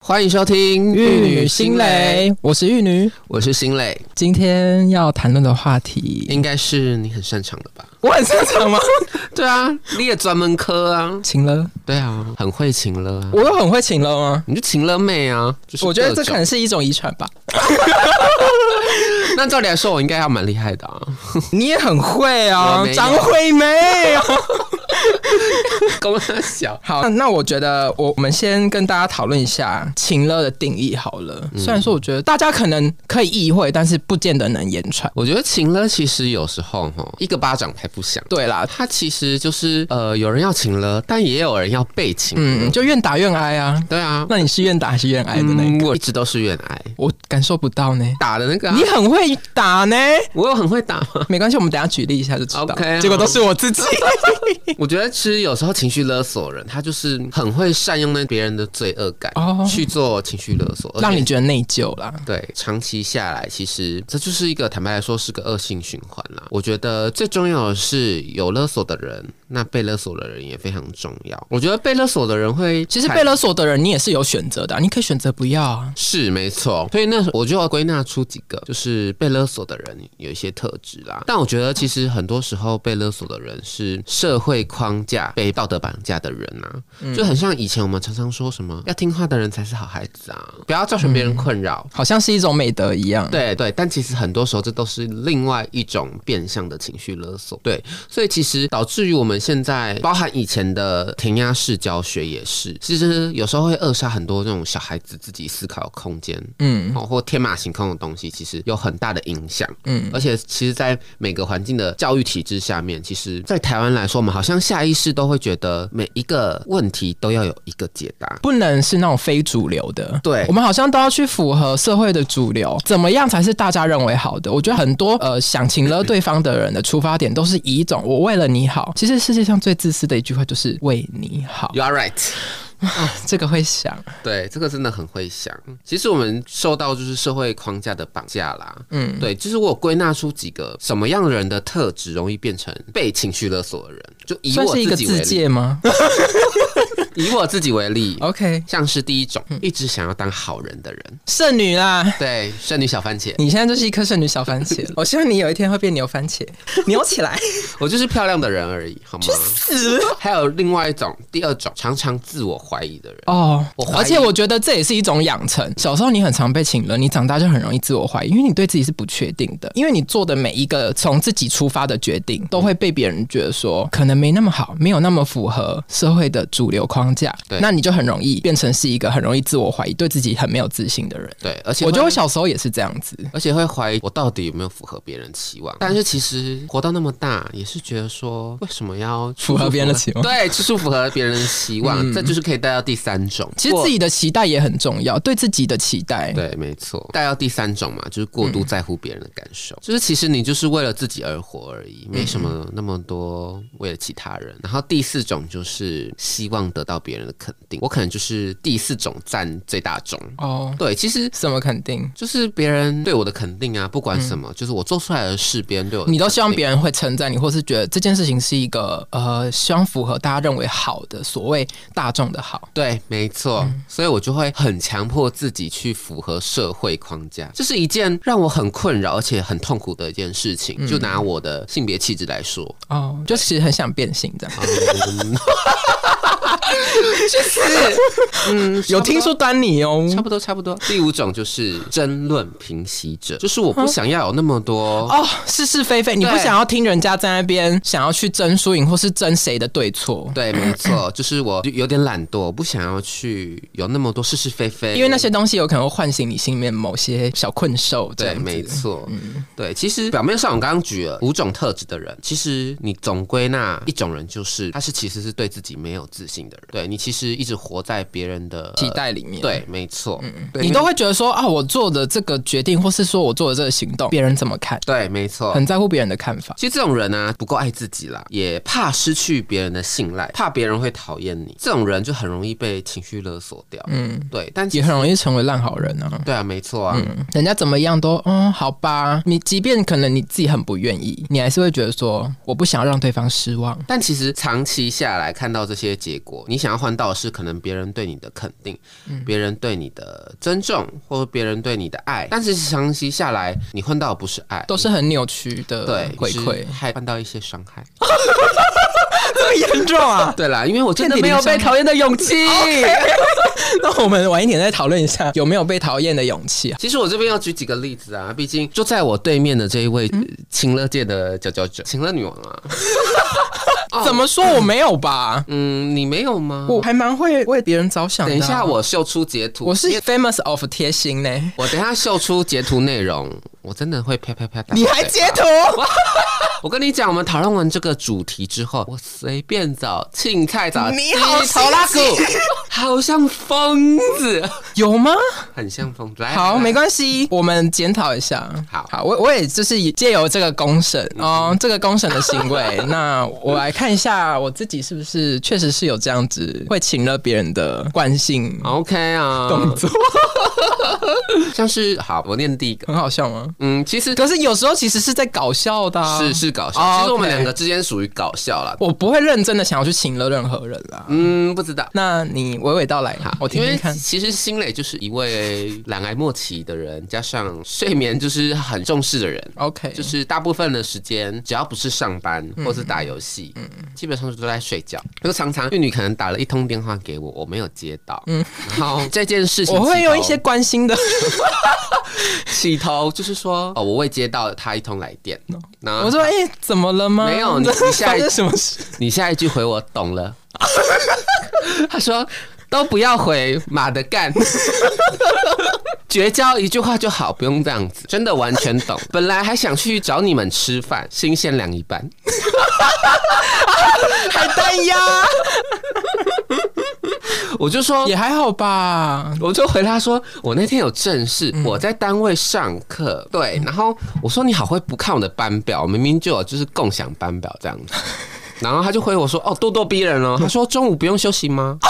欢迎收嗯，听《，我是玉女。我是新蕾，今天要谈论的话题，应该是你很擅长的吧？我很擅长吗？对啊，你也专门科啊，情了，对啊，很会情了啊，我有很会情了吗？你就情了妹啊，就是我觉得这可看，能是一种遗传吧。那照理来说，我应该要蛮厉害的 啊，你也很会我啊没，有张惠妹。啊跟我小， 好，那那我觉得我我们先跟大家讨论一下情乐的定义好了。虽然说我觉得大家可能可以意会，但是不见得能言传。我觉得情了其实有时候哈，一个巴掌拍不响。对啦，他其实就是呃，有人要情了，但也有人要被情。嗯，就愿打愿挨啊。对啊，那你是愿打还是愿挨的呢？嗯，我一直都是愿挨我感受不到呢。打的那个、啊你，很会打呢，我有很会打吗？没关系，我们等一下举例一下就知道。 OK，好结果都是我 自己。我觉得其实有时候情绪勒索人，他就是很会善用那别人的罪恶感、哦去做情绪勒索，而且让你觉得内疚啦。对长期下来，其实这就是一个坦白来说是个恶性循环啦。我觉得最重要的是有勒索的人，那被勒索的人也非常重要。我觉得被勒索的人会其实产被勒索的人，你也是有选择的啊、你可以选择不要啊。是没错，所以那我就要归纳出几个，就是被勒索的人有一些特质啦。但我觉得其实很多时候被勒索的人是社会框架被道德绑架的人啊，就很像以前我们常常说什么要听话的人才是好孩子啊，不要造成别人困扰。好像是一种美德一样。对对，但其实很多时候这都是另外一种变相的情绪勒索。对，所以其实导致于我们现在，包含以前的填鸭式教学也是，其实有时候会扼杀很多这种小孩子自己思考的空间。嗯哦，或天马行空的东西，其实有很大的影响。嗯，而且，其实，在每个环境的教育体制下面，其实，在台湾来说，我们好像下意识都会觉得每一个问题都要有一个解答。不能是那种非主流的。对我们好像都要去符合社会的主流，怎么样才是大家认为好的？我觉得很多呃想请了对方的人的出发点都是以一种我为了你好。其实世界上最自私的一句话就是为你好， You are right，这个会想，对，这个真的很会想。其实我们受到就是社会框架的绑架啦，嗯，对，就是我有归纳出几个什么样的人的特质容易变成被情绪勒索的人，就以算我是一自个己为自例，介哦吗以我自己为例， ？OK，像是第一种嗯一直想要当好人的人，剩女啦。对，剩女小番 茄，你现在就是一颗剩女小番茄，我希望你有一天会变牛番 茄，扭起来，我就是漂亮的人而已，好吗？死还有另外一种，第二种常常自我怀疑的人，哦我！怀疑而且我觉得这也是一种养成。小时候你很常被请了，你长大就很容易自我怀疑，因为你对自己是不确定的，因为你做的每一个从自己出发的决定，都会被别人觉得说可能没那么好，没有那么符合社会的主流框架对，那你就很容易变成是一个很容易自我怀疑、对自己很没有自信的人。对，而且我觉得我会小时候也是这样子，而且会怀疑我到底有没有符合别人期望。但是其实活到那么大，也是觉得说，为什么要 符合别人的期望嗯对，就是符合别人的期望，这就是可以带到第三种。其实过自己的期待也很重要，对自己的期待。对，没错，带到第三种嘛，就是过嗯度在乎别人的感受，就是其实你就是为了自己而活而嗯已，没什么那么多为了其他人。然后第四种就是希望得到别人的肯定，我可能就是第四种占最大宗。哦，对，其实什么肯定？就是别人对我的肯定啊，不管什么，就是我做出来的事，别人对我的嗯你都希望肯定别人会称赞你，或是觉得这件事情是一个呃，希望符合大家认为好的所谓大众的好。对，没错，嗯所以我就会很强迫自己去符合社会框架，这是一件让我很困扰而且很痛苦的一件事情。嗯就拿我的性别气质来 说，哦，就其实很想变性这样。嗯嗯，有听说丹尼哦？差不多差不多。第五种就是争论平息者，就是我不想要有那么多。哦，是是非非，你不对想要听人家在那边想要去争输赢，或是争谁的对错，对，没错，就是我有点懒惰，我不想要去有那么多是是非非，因为那些东西有可能会唤醒你心里面某些小困兽。这对，样没子。嗯错，对。其实表面上我刚刚举了五种特质的人，其实你总归纳一种人，就是他是其实是对自己没有自信的人。对你其实一直活在别人的期。待里面，对，没错，对你都会觉得说啊，我做的这个决定，或是说我做的这个行动，别人怎么看？对，没错。很在乎别人的看法。其实这种人啊呢、不够爱自己啦，也怕失去别人的信赖，怕别人会讨厌你。这种人就很容易被情绪勒索掉。嗯，对。但其也实很容易成为烂好人啊。对啊，没错啊。嗯，人家怎么样都，嗯，好吧。你即便可能你自己很不愿意，你还是会觉得说，我不想让对方失望。但其实长期下来看到这些结果，你想想要换到的是可能别人对你的肯定，别、人对你的尊重，或别人对你的爱。但是长期下来，你换到的不是爱，都是很扭曲的对回是 馈，还换到一些伤害。这么严重啊！对啦，因为我真真的的没没有有被被讨厌的勇 气。 那我们晚一点再讨论一下有没有被讨厌的勇气啊？其实我这边要举几个例子啊，毕竟就在我对面的这一位嗯呃情乐界的佼佼者，情乐女王啊。哦怎么说我没有吧？嗯，你没有吗？我还蛮会为别人着想的等啊、一下，我秀出截图。我是 famous of 贴心呢。我等一下秀出截图内容，我真的会啪啪啪打。你还截图？我跟你讲，我们讨论完这个主题之后，我随便找青菜找你好鸡头拉骨心机，好像疯子，有吗？很像疯子。来好，来没关系，我们检讨一下。好好，我我也就是以借由这个公审哦，嗯这个公审的行为，那我来看一下我自己是不是确实是有这样子会请了别人的惯性 OK 啊，动作， 像是好，我念第一个。很好笑吗？嗯，其实可是有时候其实是在搞笑的、啊，是是搞笑，哦其实我们 OK 两个之间属于搞笑啦。我不会认真的想要去请了任何人啦。嗯，不知道。那你娓娓道来，我听因听为看。其实新磊就是一位懒癌末期的人，加上睡眠就是很重视的人。 OK，就就是是大部分的时间，只要不是上班嗯或是打游戏，基本上都在睡觉。就常常玉女可能打了一通电话给我，我没有接到。嗯，然后这件事情我会起用头一些关心的，起头，就是说哦，我未接到他一通来电。然后我说哎、怎么了吗？啊没 有你你下一发生什么 事？你下一句回我懂了， 他说都不要回，妈的干。 绝交一句话就好，不用这样子，真的完全懂。本来还想去找你们吃饭，新鲜凉一半。海哎丹啊呀，我就说也还好吧。我就回他说，我那天有正事，我在单位上课。对，然后我说你好会不看我的班表，明明就有就是共享班表这样子。然后他就回我说，哦，咄咄逼人哦。他说中午不用休息吗？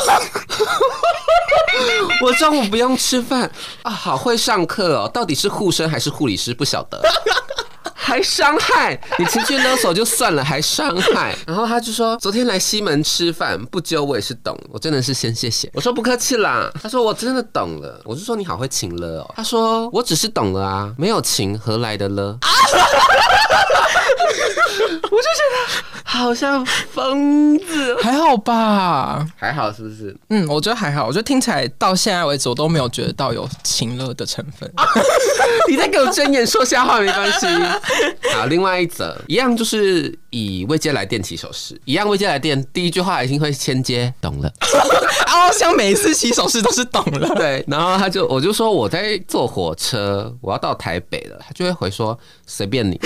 我中午不用吃饭啊，好会上课哦。到底是护生还是护理师不晓得。还伤害你情绪勒索就算了，还伤害。 然后他就说，昨天来西门吃饭，不揪我也是懂，我真的是先谢谢。我说不客气啦。他说我真的懂了，我就说你好会情了哦。他说我只是懂了啊，没有情何来的了？ 我就觉得好像疯子，还好吧，还好是不是？嗯，我觉得还好，我觉得听起来到现在为止，我都没有觉得到有情乐的成分。你在给我睁眼说瞎话没关系。 好，另外一则一样就是以未接来电起手势，一样未接来电第一句话一定会先接懂了，哦，像每一次洗手式都是懂 了，对，然后他就我就说我在坐火车，我要到台北了，他就会回说随便你。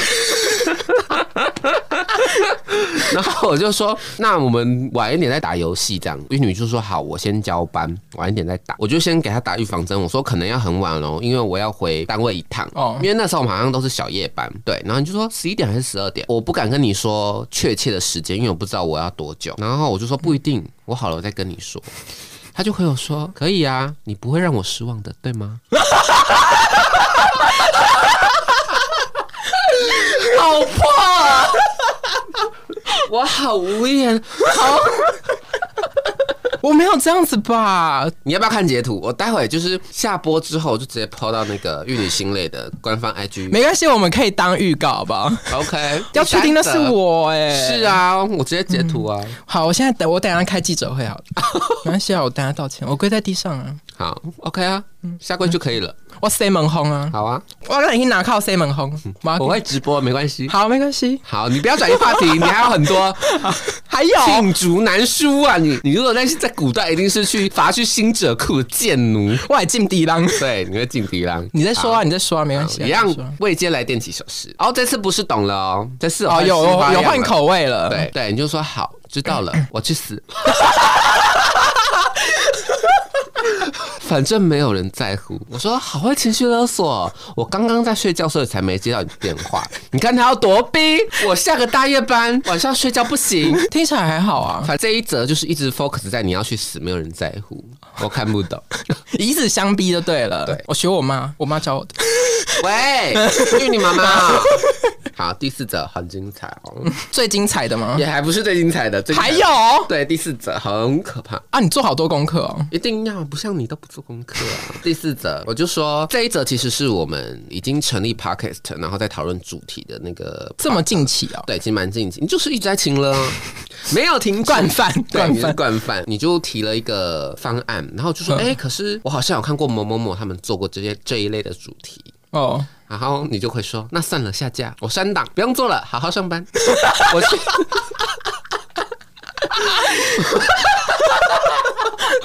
然后我就说，那我们晚一点再打游戏这样。玉女就说好，我先交班，晚一点再打。我就先给她打预防针，我说可能要很晚哦，因为我要回单位一趟。哦哦，因为那时候我们好像都是小夜班，对。然后你就说十一点还是十二点，我不敢跟你说确切的时间，因为我不知道我要多久。然后我就说不一定，我好了我再跟你说。他就回我说可以啊，你不会让我失望的，对吗？ 好破啊！我好无言。 我没有这样子吧？你要不要看截图？我待会就是下播之后就直接抛到那个玉女心累的官方 IG。没关系，我们可以当预告，好不好？ OK，要确定的是。我嗯哎、是啊，我直接截图啊。好，我现在等我等一下开记者会 好了，没关系啊，我等一下道歉，我跪在地上啊，好，OK 啊，嗯下跪就可以了。我塞门轰啊，好啊，我让你拿靠塞门轰，嗯我要我会直播，没关系。好没关系，好，你不要转移话题，你还有很多 还有罄竹难书啊！你你如果在在古代，一定是去伐去新者库的贱奴，我还进地浪，对，你会进敌狼。你在说啊，你在说啊，没关系、啊，一样你在说啊未接来电起手势。哦，这次不是懂了哦，这次哦，换有新花样有有了换口味了，对，对，你就说好，知道了，我去死。 反正没有人在乎。我说好会情绪勒索，我刚刚在睡觉，所以才没接到你的电话。你看他要多逼我，下个大夜班晚上睡觉不行。听起来还好啊，反正这一则就是一直 focus 在你要去死，没有人在乎。我看不懂。 以死相逼就对了，对我学我妈，我妈教我的，喂，去你妈妈。好，第四则很精彩哦， 最精彩的吗？也还不是最精彩的，最精彩还的有对第四则很可怕。啊，你做好多功课哦。一定要不像你都不做功课啊！ 第四则，我就说这一则其实是我们已经成立 podcast，然后在讨论主题的那个，这么近期哦，对，已经蛮近期，你就是一直在请 了，没有停止惯犯 对，惯你是犯，惯犯，你就提了一个方案，然后就嗯说，哎、可是我好像有看过某某某他们做过这些这一类的主题，哦，然后你就会说，那算了，下架，我删档，不用做了，好好上 班，我去，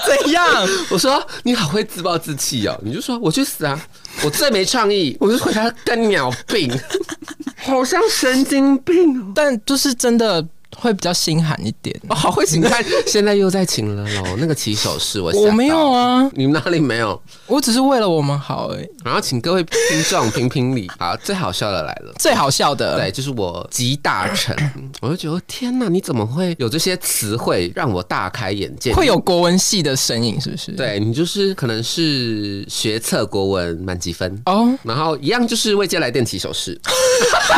怎样？ 我说你好会自暴自弃哦，你就说我去死啊， 我最没创意， 我就回他干鸟病， 好像神经病哦。 但就是真的会比较心寒一点。 哦、好会请看，现在又在请了喽。那个骑手是我，我没有，啊，你哪里没有？我只是为了我们好而已。然后请各位听众评评理。好，最好笑的来了。最好笑的，对，就是我集大成，我就觉得天哪，你怎么会有这些词汇让我大开眼界？会有国文系的身影，是不是？，对你就是可能是学测国文满几分，哦，然后一样就是未接来电起手势，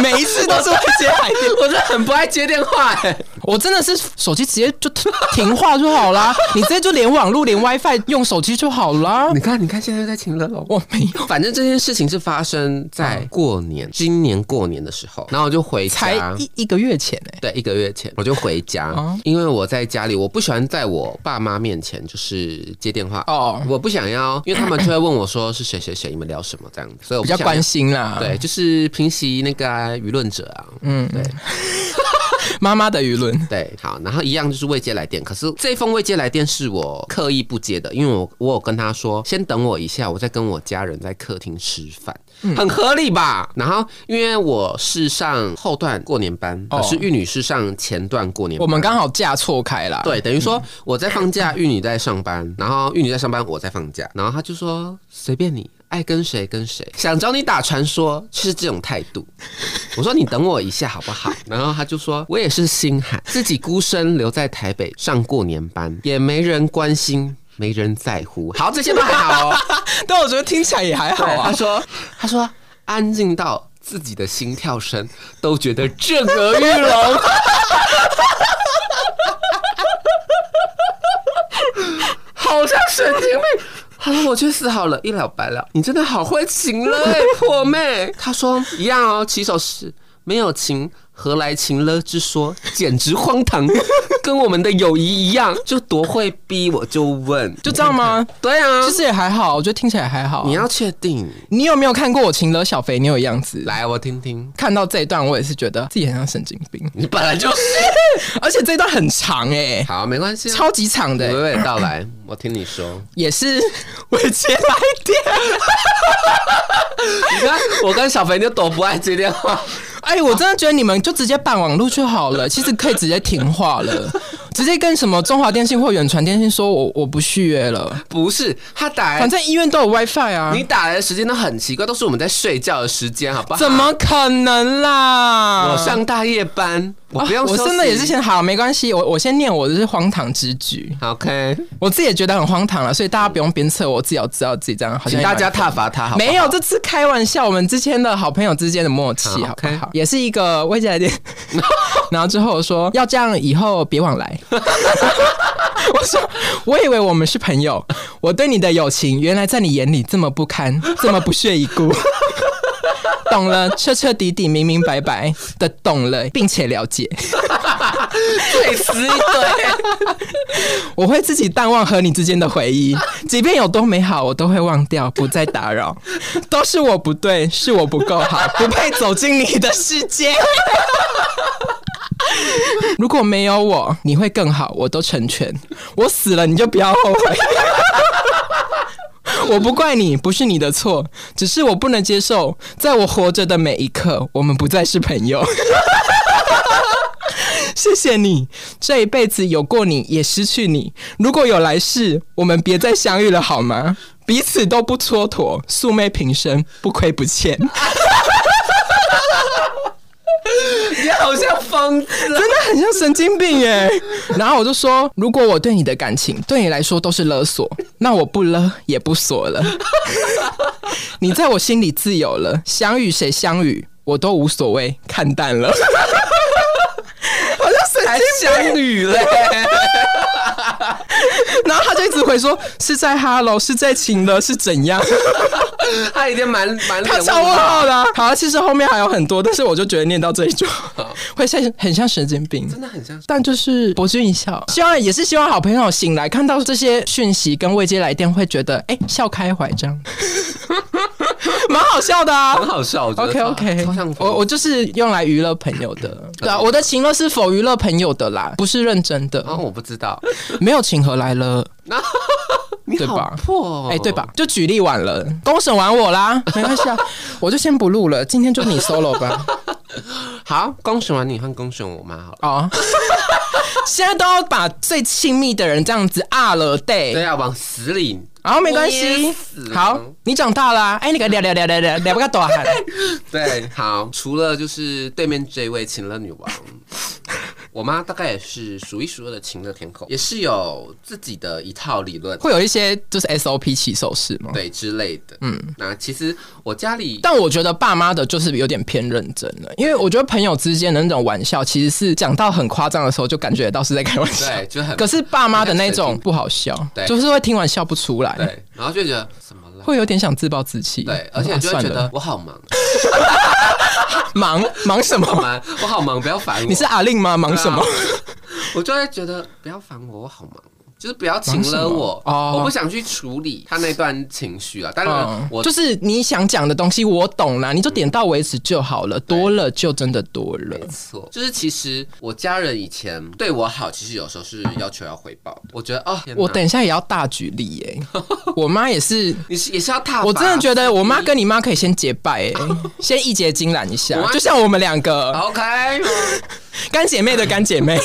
每一次都是会接海 淀，我真的很不爱接电话哎、我真的是手机直接就停话就好啦，你直接就连网络连 WiFi 用手机就好啦。 你看，你看，现在又在请了啊喽。我没有，反正这件事情是发生在过年，今年过年的时候，然后我就回才家。一一个月前哎、对，一个月前我就回家，哦因为我在家里，我不喜欢在我爸妈面前就是接电话，哦，我不想要，因为他们就会问我说是谁谁谁，你们聊什么这样子，所以我比较不想要关心啦。对，，就是平息那个啊舆论者啊，嗯，对 妈妈的舆论，对，好，然后一样就是未接来电，可是这封未接来电是我刻意不接的，因为我我有跟他说先等我一下，我在跟我家人在客厅吃饭，嗯很合理吧？然后因为我是上后段过年班，哦可是玉女是上前段过年班，我们刚好架错开啦。，对，等于说我在放假，玉女在上班，然后玉女在上班，我在放假，然后他就说随便你，爱跟谁跟谁，想找你打传说，就是这种态度。我说你等我一下好不好？然后他就说，我也是心寒，自己孤身留在台北上过年班，也没人关心。没人在乎，好，这些都还好哦。但我觉得听起来也还好对他啊。说，他说安静到自己的心跳声都觉得震耳欲聋。 好像神经病。好了，我去死好了，一了百了。你真的好会情了、 欸，破妹。他说一样哦，起手是没有情，何来情了之说？简直荒 唐，跟我们的友谊一样，就多会逼我就问， 就这样吗？对啊其，实也还好，我觉得听起来还好啊、你要确定。你有没有看过我情勒小肥妞的样子？来，我听听。看到这一段，我也是觉得自己很像神经病，你本来就是。而且这一段很长哎、好，没关系、啊。超级长的、娓欸，娓道来，我听你说。也是 未接来电。你看，我跟小肥妞都不爱接电话，哎，我真的觉得你们就直接办网络就好 了，其实可以直接停话了，直接跟什么中华电信或远传电信说我我不续约了，不是他打反来，正医院都有 WiFi 啊哎你，打来的时间都很奇怪，都是我们在睡觉的时间，好不好？怎？么可能啦？我上大夜班，我不用、啊我真的也是。先好，没关系，我我先念我的是荒唐之举， OK，我自己也觉得很荒唐了，所以大家不用鞭策我，我自己要知道自己这样好像请也蛮大家挞伐他，好不好没有，这次开玩笑，我们之间的好朋友之间的默契，好好不好 OK？也是一个未接 来电，然后之后我说要这样，以后别 往来。我说我以为我们是朋友，我对你的友情原来在你眼里这么不堪，这么不屑一 顾。懂了，彻彻底底、明明白白的懂了，并且了 解。对死一对。我会自己淡忘和你之间的回忆，即便有多美好，我都会忘掉，不再打扰。都是我不对，是我不够好，不配走进你的世界。如果没有我，你会更好，我都成全。我死了，你就不要后悔。我不怪你，不是你的错，只是我不能接受，在我活着的每一刻，我们不再是朋友。谢谢你，这一辈子有过你，也失去你。如果有来世，我们别再相遇了，好吗？彼此都不蹉跎，素昧平生，不亏不欠。 你好像疯子啊。真的很像神经病耶。然后我就说，如果我对你的感情对你来说都是勒索，那我不勒也不锁了。你在我心里自由了，想与谁相遇。我都无所谓，看淡了，好像神还经病相遇嘞， 然后他就一直回说是在哈喽，是在请了，是怎 样？他已经蛮蛮他超问号的啊、好，其实后面还有很多，但是我就觉得念到这里就会像很像神经病。真的很像。但就是博君一笑，希望也是希望好朋友醒来看到这些讯息跟未接来电，会觉得哎、笑开怀这样， 蛮好笑的啊 很。好笑，我觉得 OK 超像 OK，我我就是用来娱乐朋友 的，对啊，我的情乐是否娱乐朋友的啦，不是认真的，啊，我不知道，没有请和来了。 你对好吧破哦，哎、对吧？就举例完了，公审完我啦，没关系啊，我就先不录了，今天就你 solo 吧。好，公选完你和公选我妈好了。哦，现在都要把最亲密的人这样子啊了对，对啊，往死里。然后没关捏系死，好，你长大啦、哎、你个聊聊聊聊聊聊不个多喊， 对，好，除了就是对面这位情乐女王， 我妈大概也是数一数二的情乐天后，也是有自己的一套理 论，会有一些就是 SOP 起手式吗？对之类的。嗯，那其实我家 里但我觉得爸妈的就是有点偏认真了，因为我觉得朋友之间的那种玩笑，其实是讲到很夸张的时候，就感觉到是在开玩笑。对就很可是爸妈的那很神种经不好笑对，就是会听完笑不出来。对，然后就觉得怎么了？会有点想自暴自弃。对，而且就会啊觉算得了我好忙，忙忙什好 么？忙，我好忙，不要烦我。 你是阿令吗？啊忙什么？我就会觉得不要烦我，我好忙，就是不要请忙什了么我，哦我不想去处理他那段情绪啊。当然嗯，我就是你想讲的东西，我懂啦，你就点到为止就好了，多了就真的多了没。错，就是其实我家人以前对我好，其实有时候是要求要回报。我觉得哦，天哪 我等一下也要大举例 耶、我妈也是，你是也是要踏伐，我真的觉得我妈跟你妈可以先结 拜耶、先一结金兰一下我妈，哦就像我们两个 OK。干姐妹的干 姐妹。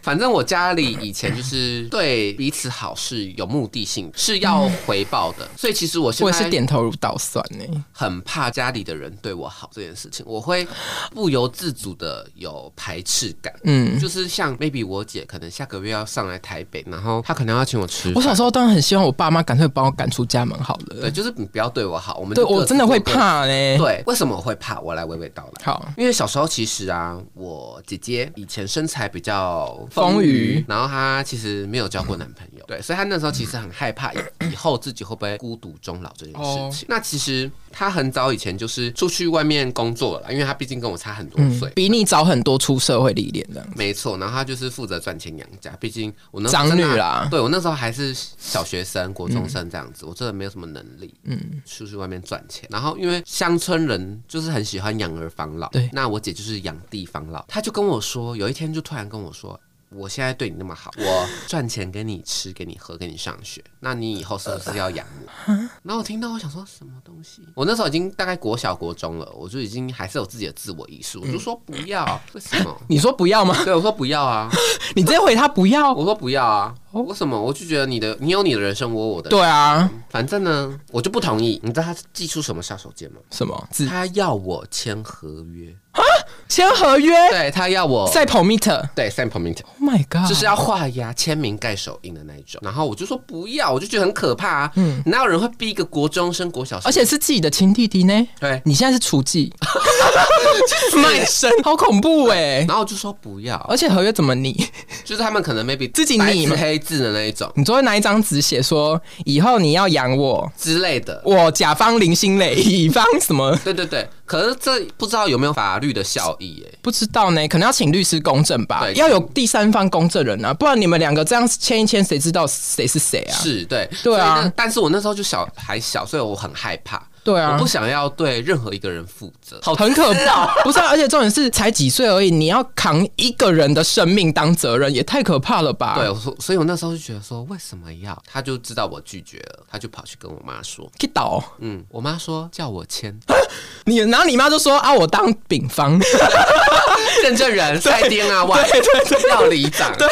反正我家里以前就是对彼此好是有目的性，是要回报 的，所以其实我现我也在是点头如捣蒜呢、很怕家里的人对我好这件事情，我会不由自主的有排斥感。嗯，就是像 maybe 我姐可能下个月要上来台北，然后她可能要请我吃饭。我小时候当然很希望我爸妈赶快把我赶出家门好了对，。就是你不要对我好，我们对就各我自真的会做各怕呢、自。对，哎为什么我会怕？我来娓娓道来。好，因为小时候其实啊，我姐姐以前身材比较丰腴嗯然后她其实没有交过男朋友，对，所以她那时候其实很害怕以以后自己会不会孤独终老这件哦事情。那其实她很早以前就是出去外面工作了啦，因为她毕竟跟我差很多岁。嗯比你早很多出社会历练的。没错，然后她就是负责赚钱养家，毕竟我那时候嗯长真女的啊啦对我那时候还是小学生、国中生这样子，我真的没有什么能力，嗯，出去外面赚钱。然后因为乡村人就是很喜欢养儿防老，对那我姐就是养地防老，她就跟我说，有一天就突然跟我说。我现在对你那么好，我赚钱给你吃，给你喝，给你上学，那你以后是不是要养我？ 然后我听到，我想说什么东西？我那时候已经大概国小国中了，我就已经还是有自己的自我意识，我就说不要，为什么？ 你说不要吗？对，我说不要啊，你直接回他不要。我说不要啊，为什么？我就觉得你的，你有你的人生，我有我的。哦对啊，反正呢，我就不同意。你知道他寄出什么下手锏吗？什么只他要我签合约，签合约对他要我赛 p o m e t e r 对 s a m p l e m e n t Oh my god！就是要画押、签名、盖手印的那一种。然后我就说不要，我就觉得很可怕啊。嗯，哪有人会逼一个国中生、国小生？而且是自己的亲弟弟呢。对，你现在是 厨妓，卖身，好恐怖哎、然后我就说不要，而且合约怎么拟？就是他们可能 maybe 自己白拟纸嘛黑字的那一种你昨天拿一张纸写说，以后你要养我，之类的。我甲方林心蕾，乙方什么对对对，可是这不知道有没有法律的效益哎、不知道呢？可能要请律师公证吧对，要有第三方公证人啊，不然你们两个这样签一签，谁知道谁是谁啊？是对，对啊所以那但是我那时候就小还小，所以我很害怕，对啊，我不想要对任何一个人负责。好，很可怕，不是、啊？而且重点是才几岁而已，你要扛一个人的生命当责任，也太可怕了吧？对，我说，所以我那时候就觉得说，为什么要？他就知道我拒绝了，他就跑去跟我妈说，去倒，嗯，我妈说叫我 签你然后你妈就说啊，我当丙方， 认证人、赛丁啊，哇，要里长，对，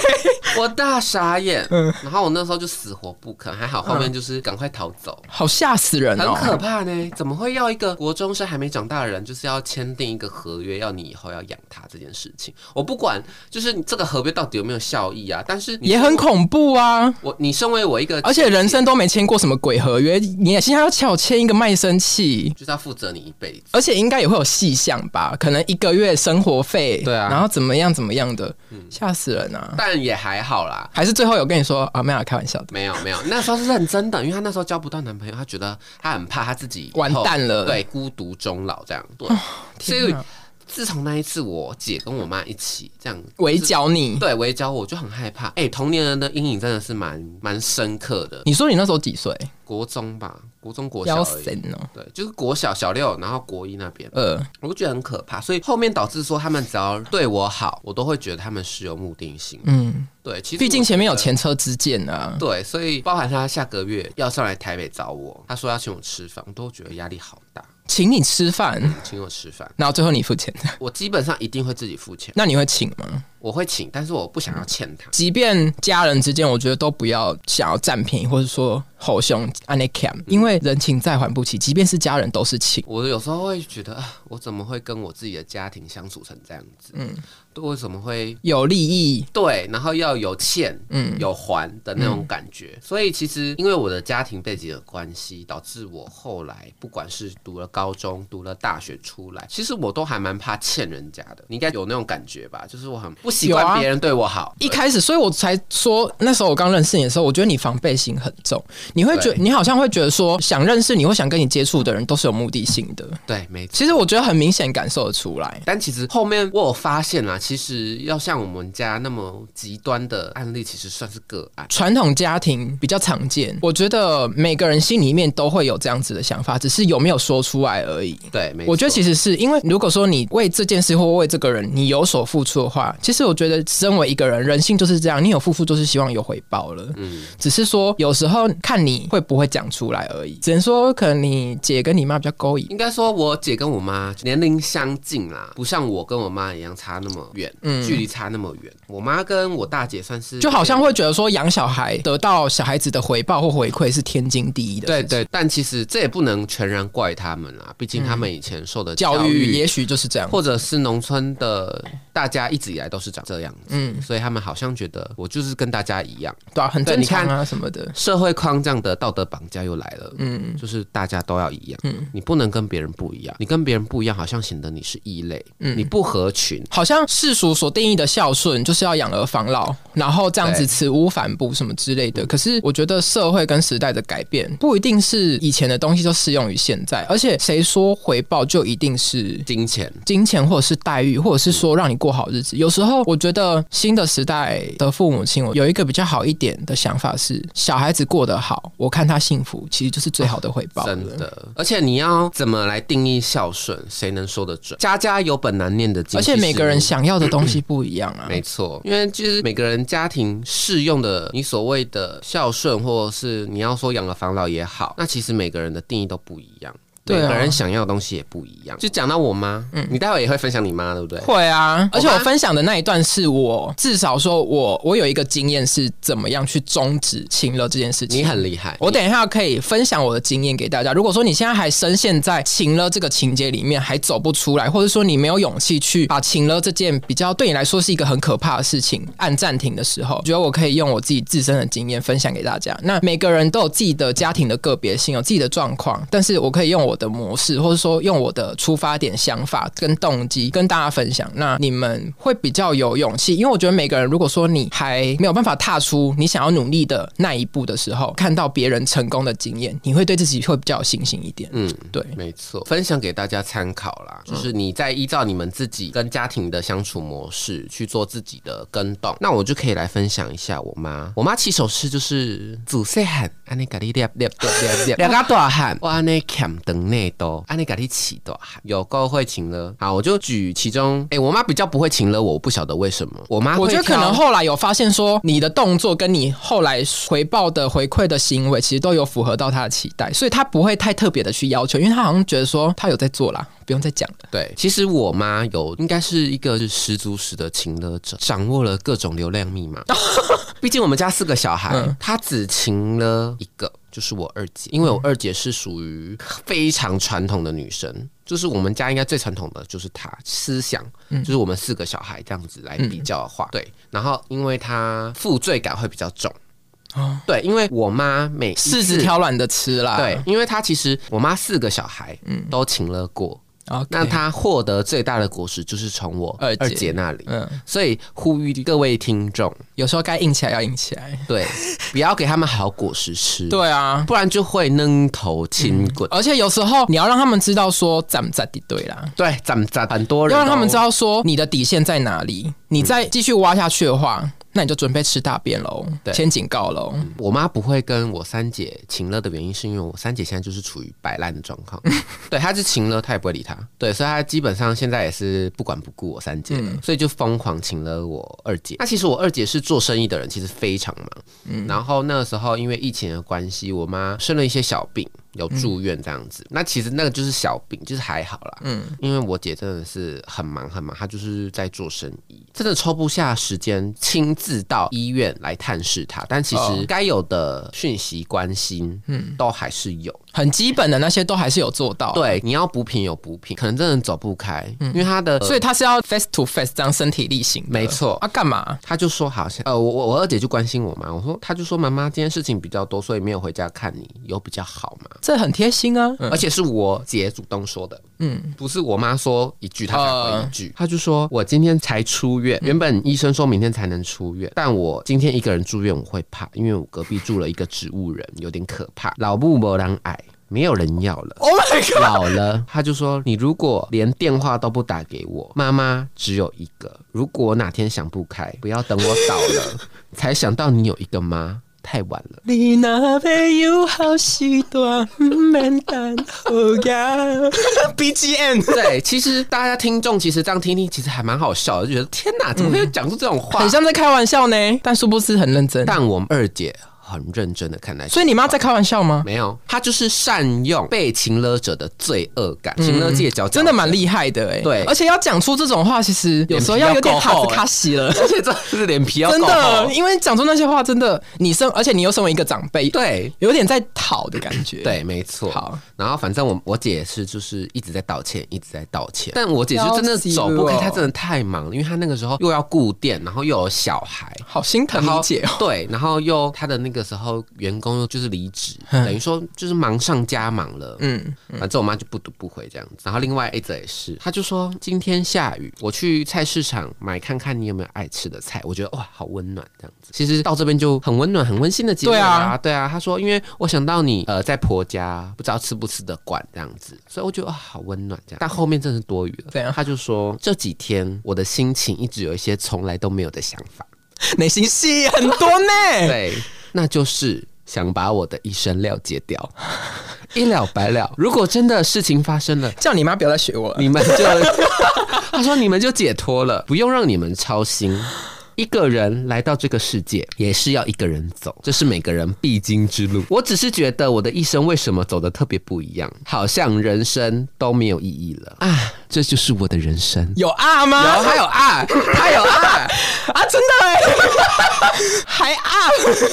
我大傻眼。嗯然后我那时候就死活不肯，还好后面就是赶快逃走。好吓死人很哦！可怕呢，怎么会要一个国中生还没长大的人，就是要签订一个合约，要你以后要养他这件事情？我不管，就是你这个合约到底有没有效益啊？但是你也很恐怖啊！我，你身为我一个，而且人生都没签过什么鬼合约，你也现在要叫我签一个卖身契，就是要负责你一辈子。而且应该也会有细项吧？可能一个月生活费，对啊嗯然后怎么样怎么样的，吓死人啊！但也还好啦，还是最后有跟你说啊，没有啊开玩笑的，没有没有，那时候是认真的，因为她那时候交不到男朋友，她觉得她很怕她自己以后完蛋了对，孤独终老这 样。对，所天以哪自从那一次，我姐跟我妈一起这样围剿你。对围剿我，我就很害怕。哎、童年人的阴影真的是蛮蛮深刻的。你说你那时候几岁？国中吧，国中国小腰而已。神哦，对，就是国小小六，然后国一那边，呃，我就觉得很可怕，所以后面导致说他们只要对我好，我都会觉得他们是有目的性。嗯，对，其实毕竟前面有我觉得前车之鉴啊。对，所以包含他下个月要上来台北找我，他说要请我吃饭，我都觉得压力好大，请你 吃饭，请我吃饭，然后最后你付钱，我基本上一定会自己付钱，那你会请吗？我会请，但是我不想要欠他。即便家人之间，我觉得都不要想要占便宜，或者说吼凶安内嗯 cam，因为人情债还不起，即便是家人都是情。我有时候会觉得，啊，我怎么会跟我自己的家庭相处成这样子？嗯，对，我怎么会有利益，对，然后要有欠，嗯嗯，有还的那种感觉。所以其实因为我的家庭背景的关系，导致我后来不管是读了高中、读了大学出来，其实我都还蛮怕欠人家的。你应该有那种感觉吧？就是我很不习有啊惯别人对我好。一开始，所以我才说那时候我刚认识你的时候，我觉得你防备心很重，你会觉对你好像会觉得说，想认识你或想跟你接触的人都是有目的性的。对，没错。其实我觉得很明显感受得出来，但其实后面我有发现啦，其实要像我们家那么极端的案例，其实算是个案。传统家庭比较常见，我觉得每个人心里面都会有这样子的想法，只是有没有说出来而已。对，没错。我觉得其实是因为，如果说你为这件事或为这个人你有所付出的话，其实我觉得身为一个人，人性就是这样，你有付出就是希望有回报了。嗯，只是说有时候看你会不会讲出来而已，只能说可能你姐跟你妈比较勾引。应该说，我姐跟我妈年龄相近啦，不像我跟我妈一样差那么远，距离差那么远。我妈跟我大姐算是嗯就好像会觉得说养小孩得到小孩子的回报或回馈是天经地义的对事情，对，但其实这也不能全然怪他们啦，毕竟他们以前受的教育育也许就是这样，或者是农村的大家一直以来都是长这样子，嗯所以他们好像觉得我就是跟大家一样，对啊，很对正你常看啊什么的。社会框架的道德绑架又来了，嗯，就是大家都要一样，嗯你不能跟别人不一样，你跟别人不一样，好像显得你是异类，嗯你不合群，好像世俗所定义的孝顺就是要养儿防老，然后这样子对慈屋反哺什么之类嗯的。可是我觉得社会跟时代的改变，不一定是以前的东西就适用于现在，而且谁说回报就一定是。金钱。金钱或者是待遇，或者是说让你过好日子。有时候我觉得新的时代的父母亲，我有一个比较好一点的想法是，小孩子过得好，我看他幸福，其实就是最好的回报了。真的，而且你要怎么来定义孝顺，谁能说得准？家家有本难念的经，而且每个人其实想要的东西不一样啊。没错，因为就是每个人家庭适用的，你所谓的孝顺，或者是你要说养儿防老也好，那其实每个人的定义都不一样。对每啊嗯个人想要的东西也不一样。就讲到我妈，你待会也会分享你妈，对不对？会啊，而且我好吧分享的那一段是我至少说我我有一个经验是怎么样去终止情勒这件事情。你很厉害，我等一下可以分享我的经验给大家。如果说你现在还深陷在情勒这个情节里面，还走不出来，或者说你没有勇气去把情勒这件比较对你来说是一个很可怕的事情按暂停的时候，我觉得我可以用我自己自身的经验分享给大家。那每个人都有自己的家庭的个别性，哦有自己的状况，但是我可以用我的模式，或者说用我的出发点、想法跟动机跟大家分享。那你们会比较有勇气，因为我觉得每个人，如果说你还没有办法踏出你想要努力的那一步的时候，看到别人成功的经验，你会对自己会比较有信心一点。嗯，对，没错，分享给大家参考啦。嗯就是你再依照你们自己跟家庭的相处模式去做自己的跟嗯动，那我就可以来分享一下我妈。我妈起手式就是祖细喊，安尼咖喱两两两两两个大喊，我安尼欠长往内兜，安尼给你起都有够会请了。好，我就举其中，哎、我妈比较不会请了我，我不晓得为什么。我妈我会觉得可挑能后来有发现说，你的动作跟你后来回报的回馈的行为，其实都有符合到他的期待，所以他不会太特别的去要求，因为他好像觉得说他有在做啦，不用再讲了。对，其实我妈有应该是一个是十足十的情勒者，掌握了各种流量密码。毕竟我们家四个小孩，她只情了一个，就是我二姐，因为我二姐是属于非常传统的女生。就是我们家应该最传统的就是她思想，就是我们四个小孩这样子来比较的话，对。然后因为她负罪感会比较重，哦对，因为我妈每一柿子次挑软的吃啦。对，因为她其实我妈四个小孩，都请了过， ，OK，那他获得最大的果实就是从我二姐二姐那里，嗯，所以呼吁各位听众，有时候该硬起来要硬起来。对， 不要给他们好果实吃，，对啊。嗯不然就会扔头轻滚。而且有时候你要让他们知道说咱们在敌对啦，对，咱们咱很多人哦要都让他们知道说你的底线在哪里，你再继续挖下去的话，那你就准备吃大便喽，嗯对先警告喽。我妈不会跟我三姐请了的原因，是因为我三姐现在就是处于摆烂的状况，嗯对，她是请了，她也不会理她，对，所以她基本上现在也是不管不顾我三姐了，嗯所以就疯狂请了我二姐。那其实我二姐是做生意的人，其实非常忙，然后那个时候因为疫情的关系，我妈生了一些小病。有住院这样子，嗯那其实那个就是小病，就是还好啦。嗯，因为我姐真的是很忙很忙，她就是在做生意，真的抽不下时间亲自到医院来探视她。但其哦实该有的讯息关心，嗯，都还是有。很基本的那些都还是有做到。，对，你要补品有补品，可能真的走不开，因为她的，嗯所以他是要 face to face 这样身体力行的。呃没错啊，干嘛？他就说好像呃，我我我二姐就关心我嘛，我说她就说妈妈今天事情比较多，所以没有回家看你，有比较好嘛，这很贴心啊。而且是我姐主动说的，嗯，不是我妈说一句她才回一句，嗯她就说我今天才出院，原本医生说明天才能出院，但我今天一个人住院我会怕，因为我隔壁住了一个植物人，有点可怕，老木没人矮，没有人要 了。 Oh my god！老了，他就说：“你如果连电话都不打给我，妈妈只有一个。如果哪天想不开，不要等我倒 了才想到你有一个妈，太晚了。你那边有好嗯时段，唔免等候呀。BGM ”对，其实大家听众其实这样听听，其实还蛮好笑的，就觉得天哪，怎么会讲出这种话？嗯很像在开玩笑呢，但殊不知很认真。但我们二姐很认真的看待，所以你妈在开玩笑吗？没有，她就是善用被情勒者的罪恶感，情勒界脚嗯真的蛮厉害的哎、对而且要讲出这种话，其实有时候要有点啊卡斯卡西了。而 且这是脸皮要真够厚的，因为讲出那些话，真的，你身，而且你又身为一个长辈，对。有点在讨的感觉。，对，没错。好，然后反正我我姐是就是一直在道歉，一直在道歉。但我姐是真的了解走不开，了她真的太忙了，因为她那个时候又要顾店，然后又有小孩。好心疼然后你姐哦。对，然后又她的那个时候员工又就是离 职，等于说就是忙上加忙了。嗯，反正我妈就不读不回这样子。然后另外一则也是，她就说今天下雨，我去菜市场买看看你有没有爱吃的菜。我觉得哇，好温暖这样子。其实到这边就很温暖、很温馨的结尾对啊，对啊。她说，因为我想到你呃在婆家不知道吃不吃得惯这样子，所以我觉得哇，好温暖这样。但后面真的是多余了。怎样她就说这几天我的心情一直有一些从来都没有的想法，内心戏很多 呢。对，哎那就是。想把我的一生了结掉， 一了百了。如果真的事情发 生了，叫你妈不要再学我了。你们就 他说你们就解脱了，不用让你们操心。一个人来到这个世界，也是要一个人走，这是每个人必经之路。我只是觉得我的一生为什么走的特别不一样，好像人生都没有意义了啊！这就是我的人生。有啊吗？有，他有爱，他有爱，啊，真的哎、还啊！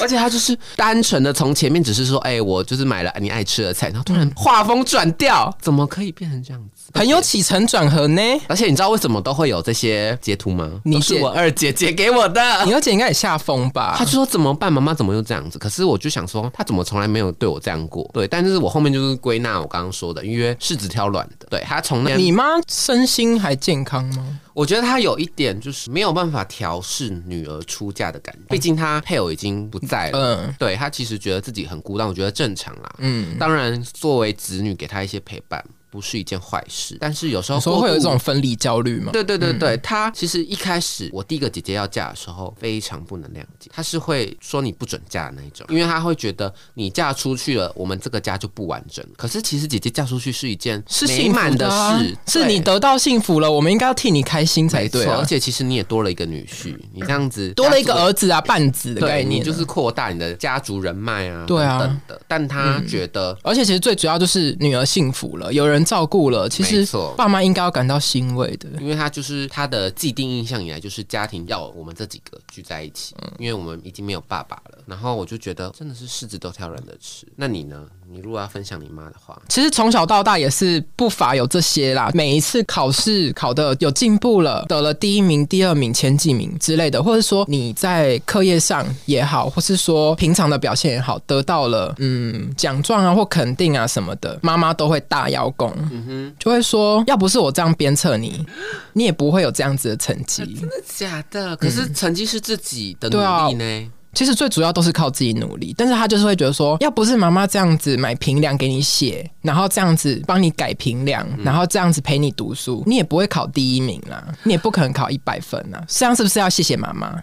而且他就是单纯的从前面只是说，哎、我就是买了你爱吃的菜，然后突然画风转调，怎么可以变成这样子？很有起承转合呢。而且你知道为什么都会有这些截图吗？你都是姐我 二姐姐给我的。你二姐应该也下风吧她？就说怎么办？妈妈怎么又这样子？可是我就想说，她怎么从来没有对我这样过？对，但是我后面就是归纳我刚刚说的，因为柿子挑软的。对她从那，你妈身心还健康吗？我觉得她有一点就是没有办法调试女儿出嫁的感觉，毕竟她配偶已经不在了。嗯，对她其实觉得自己很孤单，我觉得正常啦。嗯，当然作为子女给她一些陪伴，不是一件坏事，但是有时候有时候会有一过度种嗯分离焦虑嘛。对对对对，他其实一开始我第一个姐姐要嫁的时候，非常不能谅解，他是会说你不准嫁的那一种，因为他会觉得你嫁出去了，我们这个家就不完整。可是其实姐姐嫁出去是一件是美幸福满啊事，是对你得到幸福了，我们应该要替你开心才没错对啊而。且其实你也多了一个女婿，你这样子多了一个家族儿子啊，半子的对概你念啊，就是扩大你的家族人脉啊，对啊嗯等等的。但他觉得而且其实最主要就是女儿幸福了，有人照顾了，其没实错爸妈应该要感到欣慰的。因为他就是他的既定印象以来，就是家庭要我们这几个聚在一起，因为我们已经没有爸爸了。然后我就觉得真的是柿子都挑软的吃。那你呢？你如果要分享你妈的话，其实从小到大也是不乏有这些啦，每一次考试考的有进步了，得了第一名、第二名、前几名之类的，或者说你在课业上也好，或是说平常的表现也好，得到了嗯奖状啊或肯定啊什么的，妈妈都会大邀功，就会说要不是我这样鞭策你，你也不会有这样子的成绩。真的假的？可是成绩是自己的努对啊力呢。其实最主要都是靠自己努力，但是他就是会觉得说，要不是妈妈这样子买评量给你写，然后这样子帮你改评量，然后这样子陪你读书，你也不会考第一名啦，你也不可能考一百分啦。这样是不是要谢谢妈妈？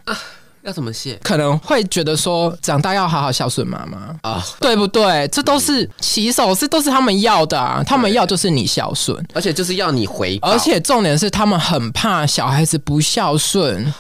要怎么谢可能会觉得说，长大要好好孝顺妈妈，啊？对不对？这都是起手是都是他们要的啊，他们要就是你孝顺。而且就是要你回报，而且重点是，他们很怕小孩子不孝顺。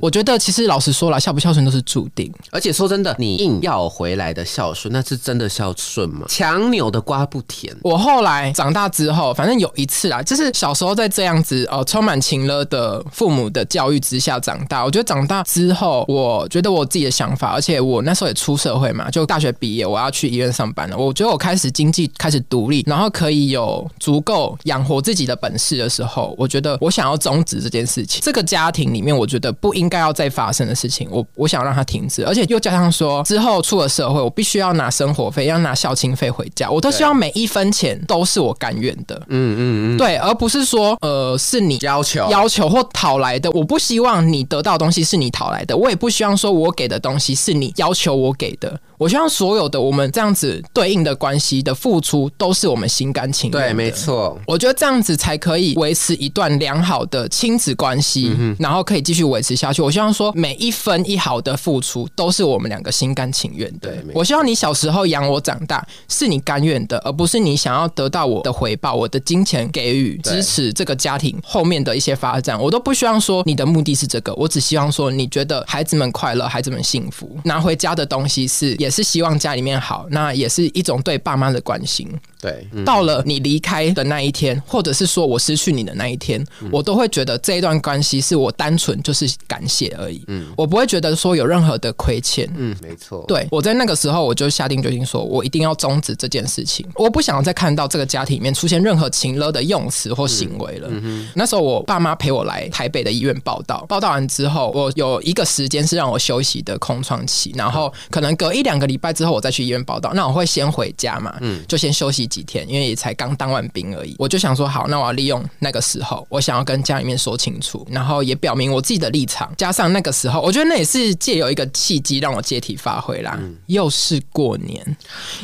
我觉得其实老实说了，孝不孝顺都是注定。而且说真的，你硬要回来的孝顺，那是真的孝顺吗？强扭的瓜不甜。我后来长大之后，反正有一次啦，就是小时候在这样子呃充满情乐的父母的教育之下长大。我觉得长大之后，我觉得我自己的想法，而且我那时候也出社会嘛，就大学毕业，我要去医院上班了。我觉得我开始经济开始独立，然后可以有足够养活自己的本事的时候，我觉得我想要终止这件事情。这个家庭里面，我觉得不应该要再发生的事情，我我想让它停止。而且又加上说，之后出了社会，我必须要拿生活费，要拿孝亲费回家，我都希望每一分钱都是我甘愿的，嗯嗯嗯，对，而不是说呃是你要求要求或讨来的。我不希望你得到的东西是你讨来的，我也不希望说我给的东西是你要求我给的。我希望所有的我们这样子对应的关系的付出，都是我们心甘情愿的。对，没错。我觉得这样子才可以维持一段良好的亲子关系，嗯然后可以继续维持下去。我希望说每一分一毫的付出都是我们两个心甘情愿的对没。错我希望你小时候养我长大是你甘愿的，而不是你想要得到我的回报、我的金钱给予对支持这个家庭后面的一些发展。我都不希望说你的目的是这个，我只希望说你觉得孩子们快乐、孩子们幸福，拿回家的东西是也是希望家里面好，那也是一种对爸妈的关心。对，嗯，到了你离开的那一天，或者是说我失去你的那一天，嗯我都会觉得这一段关系是我单纯就是感谢而已，我不会觉得说有任何的亏欠。嗯没错。对我在那个时候，我就下定决心说，我一定要终止这件事情，我不想要再看到这个家庭里面出现任何情勒的用词或行为嗯了。那时候我爸妈陪我来台北的医院报道，报道完之后，我有一个时间是让我休息的空窗期，然后可能隔一两个礼拜之后我再去医院报道，那我会先回家嘛，就先休息几天，因为也才刚当完兵而已。我就想说，好，那我要利用那个时候，我想要跟家里面说清楚，然后也表明我自己的立场，加上那个时候，我觉得那也是借有一个契机让我借题发挥啦。又是过年，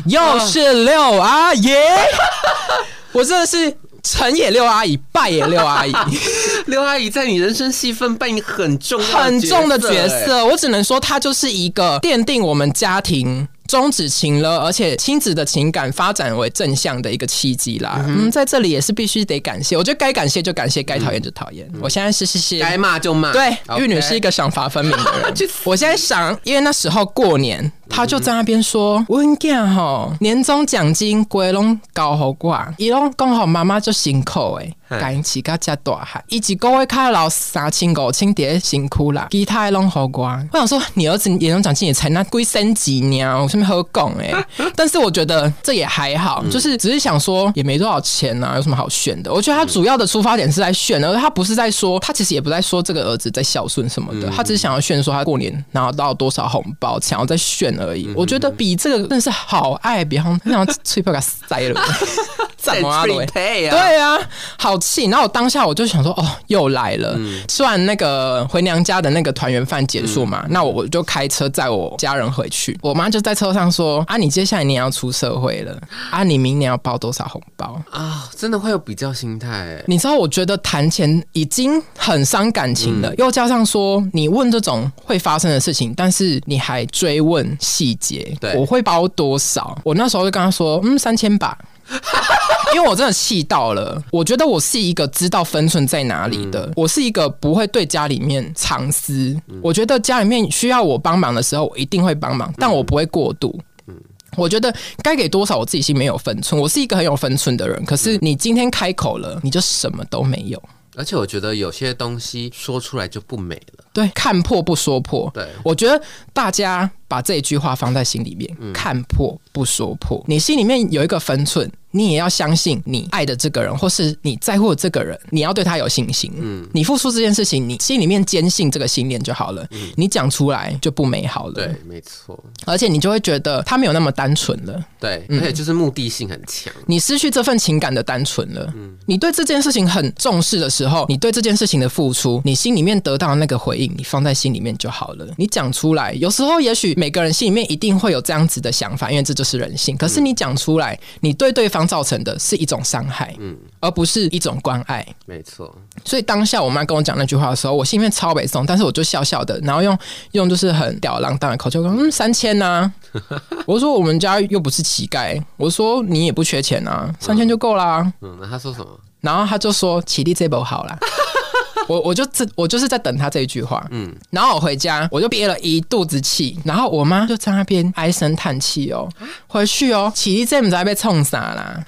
又是六阿姨， 我真的是成也六阿姨，败也六阿姨。刘阿姨在你人生戏份扮演很重要很重的角欸，色，我只能说他就是一个奠定我们家庭。终止情了，而且亲子的情感发展为正向的一个契机啦。嗯在这里也是必须得感谢，我觉得该感谢就感谢，该讨厌就讨厌。我现在是谢谢，该骂就骂。对， OK 玉女是一个赏罚分明的 人。我现在想，因为那时候过年，他就在那边嗯说：“我跟你讲吼，年终奖金归拢搞好挂，伊拢讲好妈妈就辛苦诶，嘿家己自家遮大汉，伊一个月开了三千五千伫辛苦啦，其他的拢好我。”我想说，你儿子年终奖金也才拿几升几呢，有什么好讲诶？ 但是我觉得这也还好，就是只是想说也没多少钱呐、有什么好炫的？我觉得他主要的出发点是在炫，而他不是在说，他其实也不在说这个儿子在孝顺什么的，他只是想要炫说他过年拿到多少红包，想要再炫而已。我觉得比这个真的是好爱，比方那样吹票给他塞了。怎么啊，罗 r 威 e？p 啊，对啊，好气！然后我当下我就想说，哦，又来了。吃完那个回娘家的那个团圆饭结束嘛，那我就开车载我家人回去。我妈就在车上说：“啊，你接下来你也要出社会了，啊，你明年要包多少红包？”啊、真的会有比较心态欸，你知道，我觉得谈钱已经很伤感情了，又加上说你问这种会发生的事情，但是你还追问细节，对我会包多少？我那时候就跟他说，嗯，三千吧。因为我真的气到了，我觉得我是一个知道分寸在哪里的，我是一个不会对家里面藏私。我觉得家里面需要我帮忙的时候，我一定会帮忙，但我不会过度。我觉得该给多少，我自己心里面有分寸。我是一个很有分寸的人，可是你今天开口了，你就什么都没有。而且我觉得有些东西说出来就不美了，对，看破不说破。对我觉得大家把这一句话放在心里面，看破不说破。你心里面有一个分寸，你也要相信你爱的这个人，或是你在乎的这个人，你要对他有信心。嗯，你付出这件事情，你心里面坚信这个信念就好了。你讲出来就不美好了。对，，没错，而且你就会觉得他没有那么单纯了。对，而且就是目的性很强，你失去这份情感的单纯了。你对这件事情很重视的时候，你对这件事情的付出，你心里面得到的那个回应，你放在心里面就好了。你讲出来，有时候也许每个人心里面一定会有这样子的想法，因为这就是人性。可是你讲出来，你对对方造成的是一种伤害，而不是一种关爱。没错，所以当下我妈跟我讲那句话的时候，我心里面超北宋，但是我就笑笑的，然后用用就是很吊儿郎当的口气我说：“嗯，三千呐、我说：“我们家又不是乞丐。”我说：“你也不缺钱啊，三千就够啦。嗯，那他说什么？然后他就说：“起立这波好 啦。我我就这我就是在等他这一句话，嗯，然后我回家我就憋了一肚子气，然后我妈就在那边唉声叹气哦，回去哦，起立这不在被冲傻啦，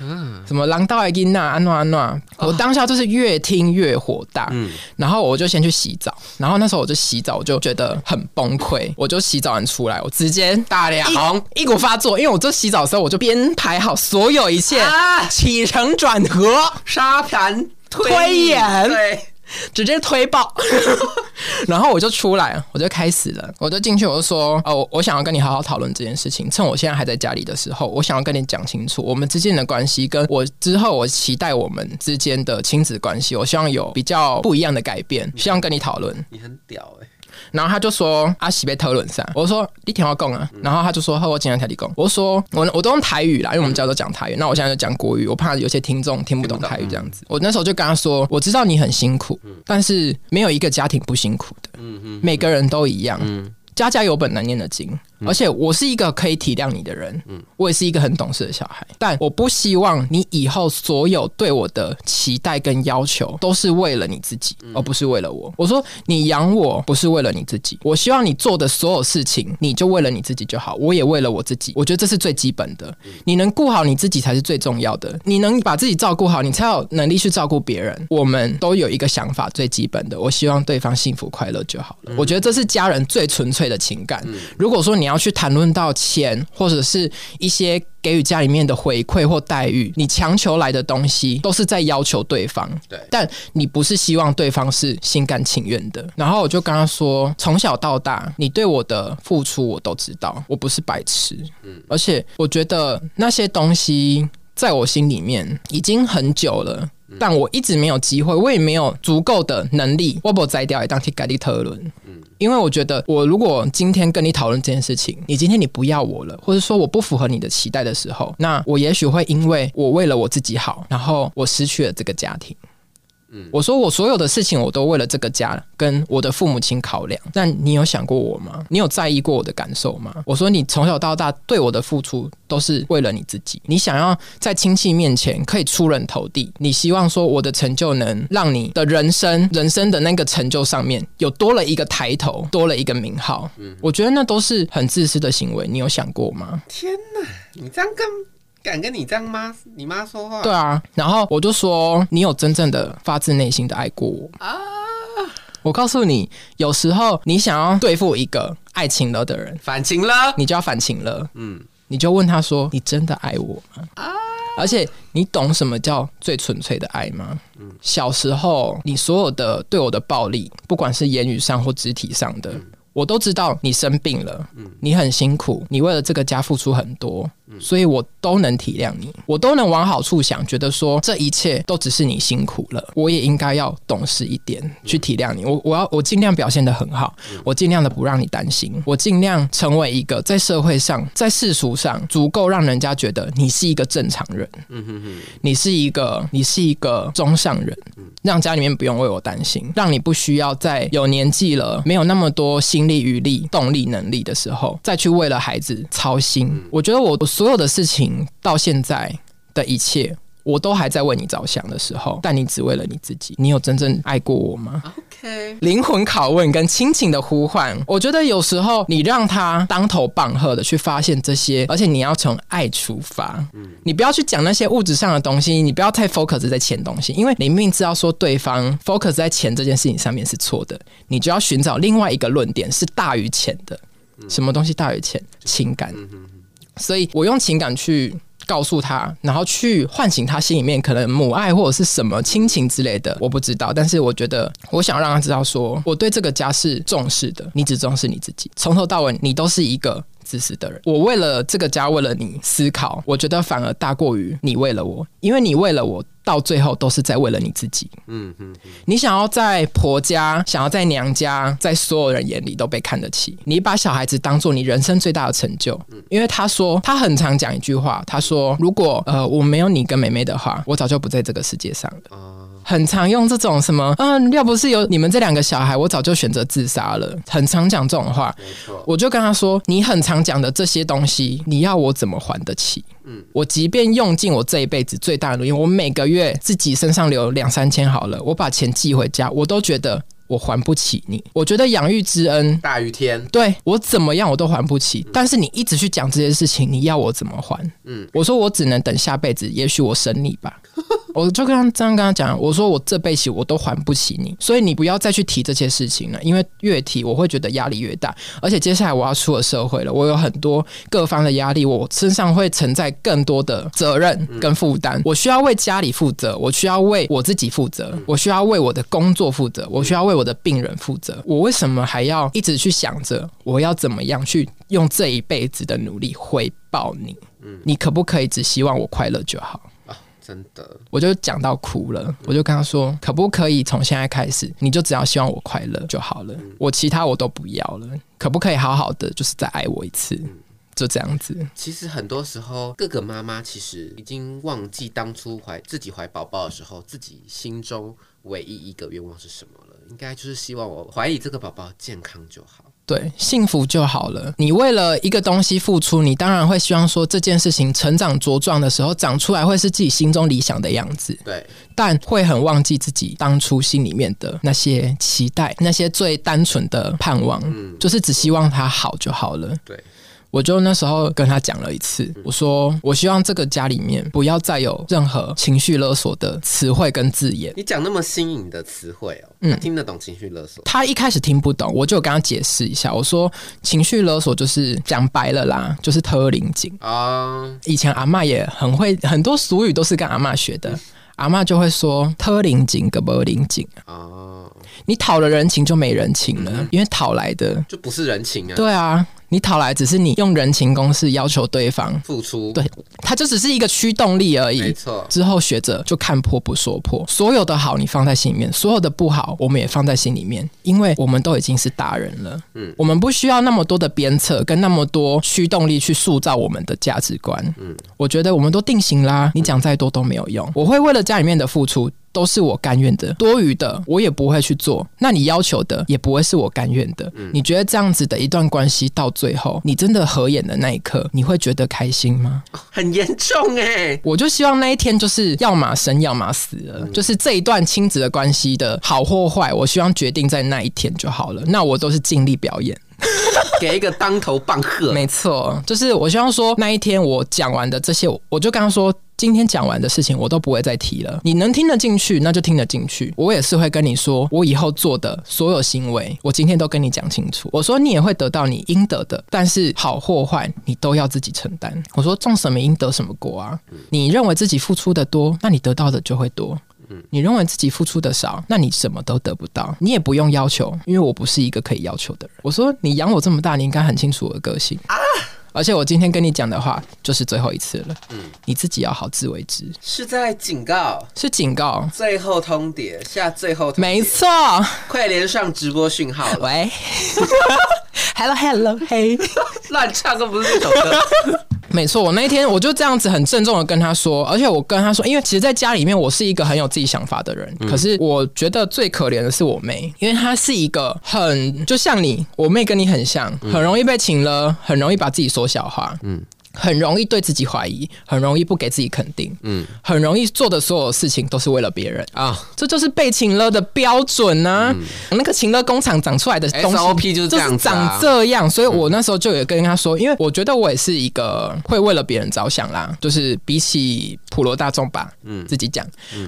什么狼道爱金娜安诺安诺，我当下就是越听越火大，然后我就先去洗澡，然后那时候我就洗澡，我就觉得很崩溃，我就洗澡完出来，我直接大脸红，一一股发作，因为我这洗澡的时候我就编排好所有一切，啊起承转合。沙盘推演对，直接推爆，然后我就出来，我就开始了，我就进去，我就说，哦，我我想要跟你好好讨论这件事情，趁我现在还在家里的时候，我想要跟你讲清楚我们之间的关系，跟我之后我期待我们之间的亲子关系，我希望有比较不一样的改变，希望跟你讨论。你很屌哎、然后他就说阿喜被特伦噻，我说你听我讲啊，然后他就说好，我今天听你讲，我说我我都用台语啦，因为我们家都讲台语，那我现在就讲国语，我怕有些听众听不懂台语这样子。我那时候就跟他说，我知道你很辛苦，但是没有一个家庭不辛苦的，嗯嗯每个人都一样，嗯，家家有本难念的经。而且我是一个可以体谅你的人，嗯我也是一个很懂事的小孩，但我不希望你以后所有对我的期待跟要求都是为了你自己，嗯而不是为了我。我说你养我不是为了你自己，我希望你做的所有事情，你就为了你自己就好，我也为了我自己。我觉得这是最基本的，嗯你能顾好你自己才是最重要的。你能把自己照顾好，你才有能力去照顾别人。我们都有一个想法，最基本的，我希望对方幸福快乐就好了。我觉得这是家人最纯粹的情感。如果说你要去谈论到钱，或者是一些给予家里面的回馈或待遇，你强求来的东西，都是在要求对方。对但你不是希望对方是心甘情愿的。然后我就跟他说，从小到大，你对我的付出我都知道，我不是白痴。而且我觉得那些东西在我心里面已经很久了。但我一直没有机会，我也没有足够的能力，我不摘掉也当去盖利特伦。因为我觉得，我如果今天跟你讨论这件事情，你今天你不要我了，或者说我不符合你的期待的时候，那我也许会因为我为了我自己好，然后我失去了这个家庭。我说我所有的事情我都为了这个家跟我的父母亲考量，但你有想过我吗？你有在意过我的感受吗？我说你从小到大对我的付出都是为了你自己，你想要在亲戚面前可以出人头地，你希望说我的成就能让你的人生人生的那个成就上面有多了一个抬头，多了一个名号。我觉得那都是很自私的行为，你有想过吗？天哪，你这样跟敢跟你这样妈你妈说话？ 对啊，然后我就说，你有真正的发自内心的爱过我啊！我告诉你，有时候你想要对付一个爱情了的人，反情了，你就要反情了，嗯，你就问他说：“你真的爱我吗？”而且你懂什么叫最纯粹的爱吗？小时候你所有的对我的暴力，不管是言语上或肢体上的，我都知道你生病了，你很辛苦，你为了这个家付出很多，所以我都能体谅你，我都能往好处想，觉得说这一切都只是你辛苦了，我也应该要懂事一点，去体谅你。我我要我尽量表现得很好，我尽量的不让你担心，我尽量成为一个在社会上、在世俗上足够让人家觉得你是一个正常人，你是一个你是一个中上人，让家里面不用为我担心，让你不需要在有年纪了没有那么多心力、余力、动力、能力的时候，再去为了孩子操心。我觉得我我所有的事情到现在的一切。我都还在为你着想的时候，但你只为了你自己，你有真正爱过我吗？ OK，灵魂拷问跟亲情的呼唤，我觉得有时候你让他当头棒喝的去发现这些，而且你要从爱出发，你不要去讲那些物质上的东西，你不要太 focus 在钱东西，因为你明明知道说对方 focus 在钱这件事情上面是错的，你就要寻找另外一个论点是大于钱的，什么东西大于钱？情感，所以我用情感去。告诉他，然后去唤醒他心里面可能母爱或者是什么亲情之类的，我不知道。但是我觉得，我想让他知道说，我对这个家是重视的。你只重视你自己，从头到尾你都是一个自私的人。我为了这个家，为了你思考，我觉得反而大过于你为了我，因为你为了我。到最后都是在为了你自己。嗯嗯，你想要在婆家，想要在娘家，在所有人眼里都被看得起，你把小孩子当做你人生最大的成就。因为他说，他很常讲一句话，他说：“如果呃我没有你跟妹妹的话，我早就不在这个世界上了。”很常用这种什么，嗯，要不是有你们这两个小孩，我早就选择自杀了。很常讲这种话，我就跟他说，你很常讲的这些东西，你要我怎么还得起？我即便用尽我这一辈子最大的努力，我每个月自己身上留两三千好了，我把钱寄回家，我都觉得我还不起你。我觉得养育之恩，大于天，对我怎么样我都还不起，但是你一直去讲这些事情，你要我怎么还？嗯嗯，我说我只能等下辈子，也许我省你吧。 我就跟他这样跟他讲，我说我这辈子我都还不起你，所以你不要再去提这些事情了，因为越提我会觉得压力越大，而且接下来我要出了社会了，我有很多各方的压力，我身上会承载更多的责任跟负担，我需要为家里负责，我需要为我自己负责，我需要为我的工作负责，我需要为我的病人负责，我为什么还要一直去想着我要怎么样去用这一辈子的努力回报你？你可不可以只希望我快乐就好？哦真的，我就讲到哭了，我就跟他说，可不可以从现在开始，你就只要希望我快乐就好了，我其他我都不要了，可不可以好好的，就是再爱我一次，就这样子。其实很多时候，各个妈妈其实已经忘记当初怀自己怀宝宝的时候，自己心中唯一一个愿望是什么了。应该就是希望我怀里这个宝宝健康就好。对，幸福就好了。你为了一个东西付出，你当然会希望说这件事情成长茁壮的时候，长出来会是自己心中理想的样子。对，但会很忘记自己当初心里面的那些期待，那些最单纯的盼望，就是只希望他好就好了。对，我就那时候跟他讲了一次，我说我希望这个家里面不要再有任何情绪勒索的词汇跟字眼。你讲那么新颖的词汇哦，他听得懂情绪勒索。他一开始听不懂，我就有跟他解释一下，我说情绪勒索就是讲白了啦，就是特灵警。啊，以前阿嬷也很会，很多俗语都是跟阿嬷学的。阿嬷就会说：“特灵警，个不灵警。”哦，你讨了人情就没人情了，因为讨来的，就不是人情啊，对啊，你讨来只是你用人情公式要求对方，付出，对，它就只是一个驱动力而没已。错，之后学者就看破不说破，所有的好你放在心里面，所有的不好我们也放在心里面，因为我们都已经是大人了，嗯，我们不需要那么多的鞭策跟那么多驱动力去塑造我们的价值观，嗯，我觉得我们都定型啦，你讲再多都没有用，我会为了家里面的付出。都是我甘愿的，多余的我也不会去做。那你要求的也不会是我甘愿的。你觉得这样子的一段关系到最后，你真的合眼的那一刻，你会觉得开心吗？很严重哎，我就希望那一天就是要么生，要么死了，就是这一段亲子的关系的好或坏，我希望决定在那一天就好了。那我都是尽力表演，给一个当头棒喝，没错，就是我希望说那一天我讲完的这些，我我就跟他说。今天讲完的事情，我都不会再提了。你能听得进去，那就听得进去。我也是会跟你说，我以后做的所有行为，我今天都跟你讲清楚。我说你也会得到你应得的，但是好或坏，你都要自己承担。我说种什么因得什么果啊？你认为自己付出的多，那你得到的就会多。你认为自己付出的少，那你什么都得不到，你也不用要求，因为我不是一个可以要求的人。我说你养我这么大，你应该很清楚我的个性啊而且我今天跟你讲的话就是最后一次了，嗯，你自己要好自为之，是在警告。是警告。最后通牒，下最后通牒没错，快连上直播讯号 了， 喂，Hello Hello，嘿、乱唱这不是这首歌，没错，我那一天我就这样子很郑重的跟他说，而且我跟他说，因为其实，在家里面我是一个很有自己想法的人，可是我觉得最可怜的是我妹，因为她是一个很就像你，我妹跟你很像，很容易被请了，很容易把自己缩小化，嗯。很容易对自己怀疑，很容易不给自己肯定，嗯，很容易做的所有事情都是为了别人，啊，这就是被请了的标准呢、啊。那个请了工厂长出来的东西 SOP 就是这样子啊长这样，所以我那时候就有跟他说，因为我觉得我也是一个会为了别人着想啦，就是比起普罗大众吧，嗯，自己讲，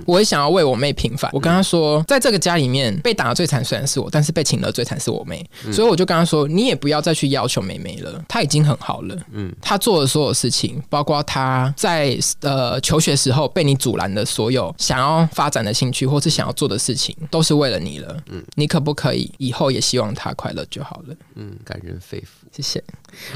我也想要为我妹平嗯反。我跟他说，在这个家里面被打的最惨虽然是我，但是被请了最惨是我妹，嗯所以我就跟他说，你也不要再去要求妹妹了，她已经很好了，嗯，她做的所有事情，包括她在呃求学时候被你阻拦的所有想要发展的兴趣或是想要做的事情，都是为了你了，嗯，你可不可以以后也希望她快乐就好了？嗯，感人肺腑。谢谢。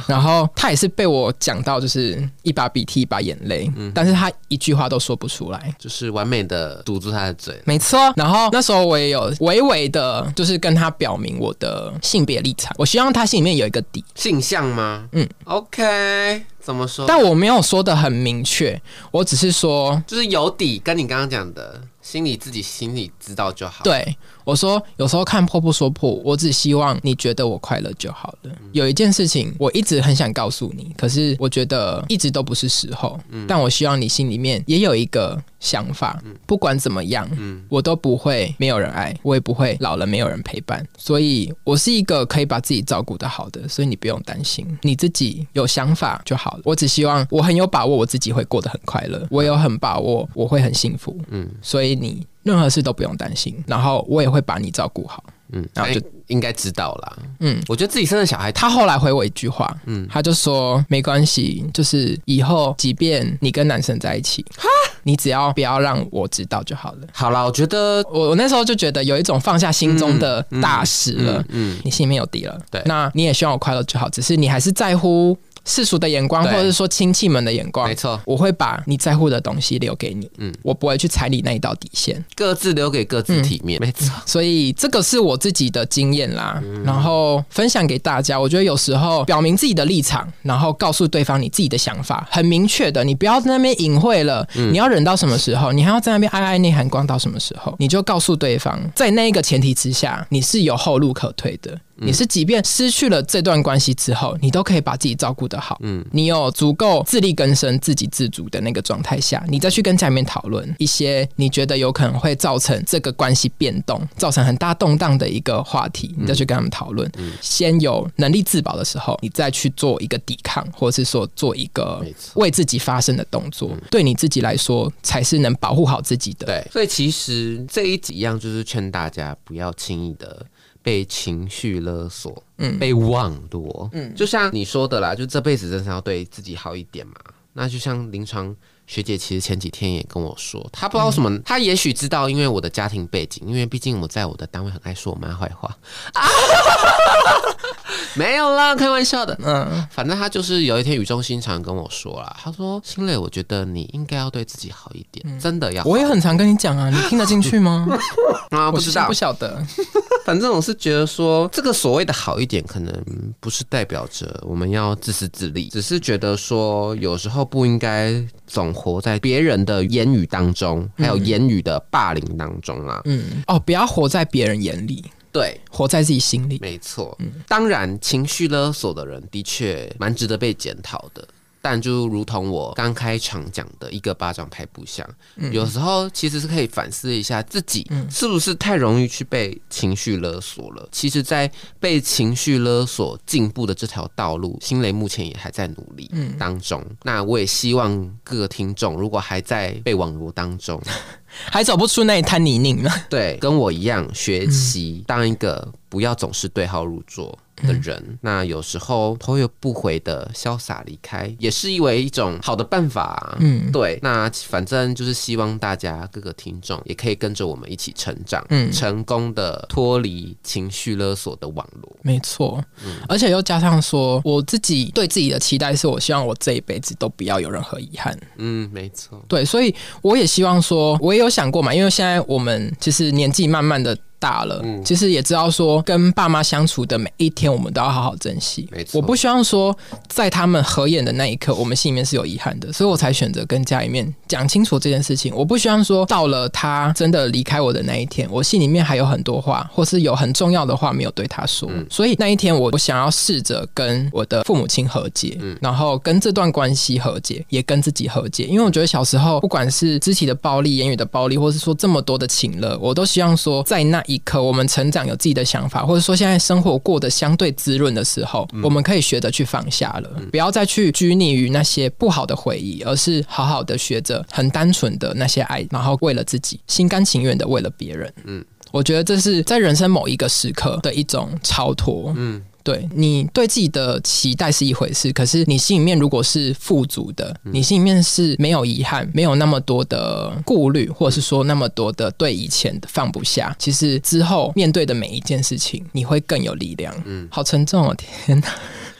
然后他也是被我讲到，就是一把鼻涕一把眼泪，但是他一句话都说不出来。就是完美的堵住他的嘴，没错，然后那时候我也有微微的，就是跟他表明我的性别立场，我希望他心里面有一个底，性向吗？嗯，OK，怎么说？但我没有说的很明确，我只是说，就是有底，跟你刚刚讲的，心里自己心里知道就好。，对我说，有时候看破不说破，我只希望你觉得我快乐就好了。有一件事情我一直很想告诉你，可是我觉得一直都不是时候，但我希望你心里面也有一个想法，不管怎么样，我都不会没有人爱，我也不会老了没有人陪伴，所以我是一个可以把自己照顾得好的，所以你不用担心，你自己有想法就好了。我只希望我很有把握，我自己会过得很快乐，我有很把握，我会很幸福，嗯，所以你任何事都不用担心，然后我也会把你照顾好，嗯，然后就哎应该知道啦。嗯嗯，我觉得自己生的小孩，他他后来回我一句话，嗯，他就说没关系，就是以后即便你跟男生在一起，你只要不要让我知道就好了。好啦，我觉得我我那时候就觉得有一种放下心中的大石了，嗯你心里面有底了，对那你也希望我快乐就好，只是你还是在乎世俗的眼光，或对者是说亲戚们的眼光，没错我会把你在乎的东西留给你，嗯，我不会去踩你那一道底线，各自留给各自体面，嗯没错。所以这个是我自己的经验啦，然后分享给大家。我觉得有时候表明自己的立场，然后告诉对方你自己的想法，很明确的，你不要在那边隐晦了。你要忍到什么时候？你还要在那边爱爱内涵光到什么时候？你就告诉对方，在那一个前提之下，你是有后路可退的。你是即便失去了这段关系之后，你都可以把自己照顾得好。嗯，你有足够自力更生、自给自足的那个状态下，你再去跟家里面讨论一些你觉得有可能会造成这个关系变动、造成很大动荡的一个话题，你再去跟他们讨论。嗯先有能力自保的时候，你再去做一个抵抗，嗯或是说做一个没错为自己发声的动作，嗯对你自己来说才是能保护好自己的。对，所以其实这一集一样就是劝大家不要轻易的被情绪勒索，嗯，被网罗，嗯，就像你说的啦，就这辈子真是要对自己好一点嘛。那就像临床学姐，其实前几天也跟我说，她不知道为什么，她也许知道，因为我的家庭背景，因为毕竟我在我的单位很爱说我妈坏话， 没有啦，开玩笑的。嗯，反正他就是有一天语重心长地跟我说啦，他说：“心磊，我觉得你应该要对自己好一点，真的要好。”我也很常跟你讲啊，你听得进去吗？ 啊，我不是知道不，晓得。反正我是觉得说，这个所谓的好一点，可能嗯不是代表着我们要自私自利，只是觉得说，有时候不应该总活在别人的言语当中，还有言语的霸凌当中啦。嗯，哦，不要活在别人眼里，对，活在自己心里。没错，当然，情绪勒索的人的确蛮值得被检讨的。但就如同我刚开场讲的，一个巴掌拍不响，有时候其实是可以反思一下自己是不是太容易去被情绪勒索了。其实，在被情绪勒索进步的这条道路，心雷目前也还在努力当中。那我也希望各个听众，如果还在被网络当中，还走不出那一滩泥泞呢。嗯对，跟我一样学习当一个不要总是对号入座的人。嗯那有时候头也不回的潇洒离开，也是因为一种好的办法、嗯，对。那反正就是希望大家各个听众也可以跟着我们一起成长，嗯成功的脱离情绪勒索的网络。没错，而且又加上说，我自己对自己的期待是，我希望我这一辈子都不要有任何遗憾。嗯，没错。对，所以我也希望说，我也有想过嘛，因为现在我们其实年纪慢慢的大了，嗯其实也知道说，跟爸妈相处的每一天，我们都要好好珍惜。没错我不希望说，在他们合眼的那一刻，我们心里面是有遗憾的，所以我才选择跟家里面讲清楚这件事情。我不希望说，到了他真的离开我的那一天，我心里面还有很多话，或是有很重要的话没有对他说。嗯所以那一天我，我想要试着跟我的父母亲和解，嗯然后跟这段关系和解，也跟自己和解。因为我觉得小时候，不管是肢体的暴力、言语的暴力，或是说这么多的情乐，我都希望说，在那一刻我们成长有自己的想法，或者说现在生活过得相对滋润的时候，我们可以学着去放下了，不要再去拘泥于那些不好的回忆，而是好好的学着很单纯的那些爱，然后为了自己，心甘情愿的为了别人。嗯，我觉得这是在人生某一个时刻的一种超脱。嗯。对你对自己的期待是一回事，可是你心里面如果是富足的，你心里面是没有遗憾，没有那么多的顾虑，或者是说那么多的对以前的放不下，其实之后面对的每一件事情，你会更有力量。嗯，好沉重哦，天哪！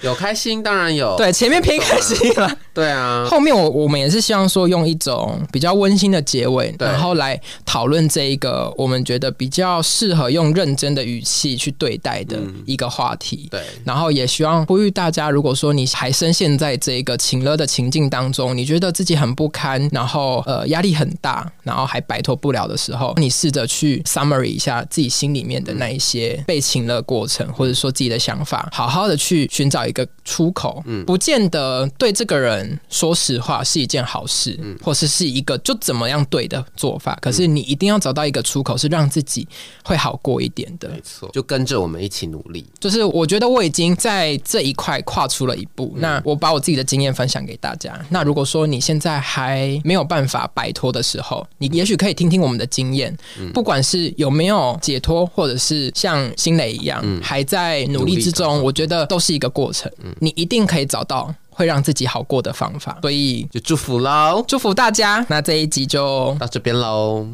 有开心当然有，对，前面偏开心了，对啊， 后面我我们也是希望说用一种比较温馨的结尾，对然后来讨论这一个我们觉得比较适合用认真的语气去对待的一个话题。对。然后也希望呼吁大家，如果说你还深陷在这个情勒的情境当中，你觉得自己很不堪，然后呃压力很大，然后还摆脱不了的时候，你试着去 summary 一下自己心里面的那一些被情勒过程，或者说自己的想法，好好的去寻找一个出口。嗯，不见得对这个人说实话是一件好事，或是是一个就怎么样对的做法，可是你一定要找到一个出口，是让自己会好过一点的。没错，就跟着我们一起努力。就是我觉得我已经在这一块跨出了一步，那我把我自己的经验分享给大家。那如果说你现在还没有办法摆脱的时候，你也许可以听听我们的经验，不管是有没有解脱，或者是像新蕾一样、还在努力之努中，我觉得都是一个过程。你一定可以找到会让自己好过的方法，所以就祝福喽，祝福大家。那这一集就到这边喽。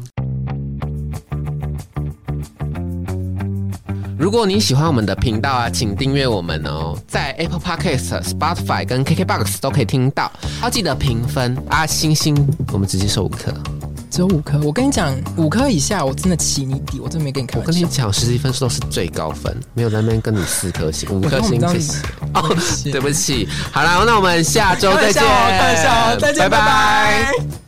如果你喜欢我们的频道啊，请订阅我们哦，在 Apple Podcast、Spotify 跟 KKBox 都可以听到。要记得评分啊，星星，我们直接收五颗。只有五颗。我跟你讲，五颗以下我真的起你底，我真没跟你开我玩跟你笑。讲，实际分数都是最高分，没有在那边跟你四颗星、五我颗跟星我这们些。这样哦子对不起，好啦，那我们下周开再见玩笑哦，开玩笑哦，再拜见，拜拜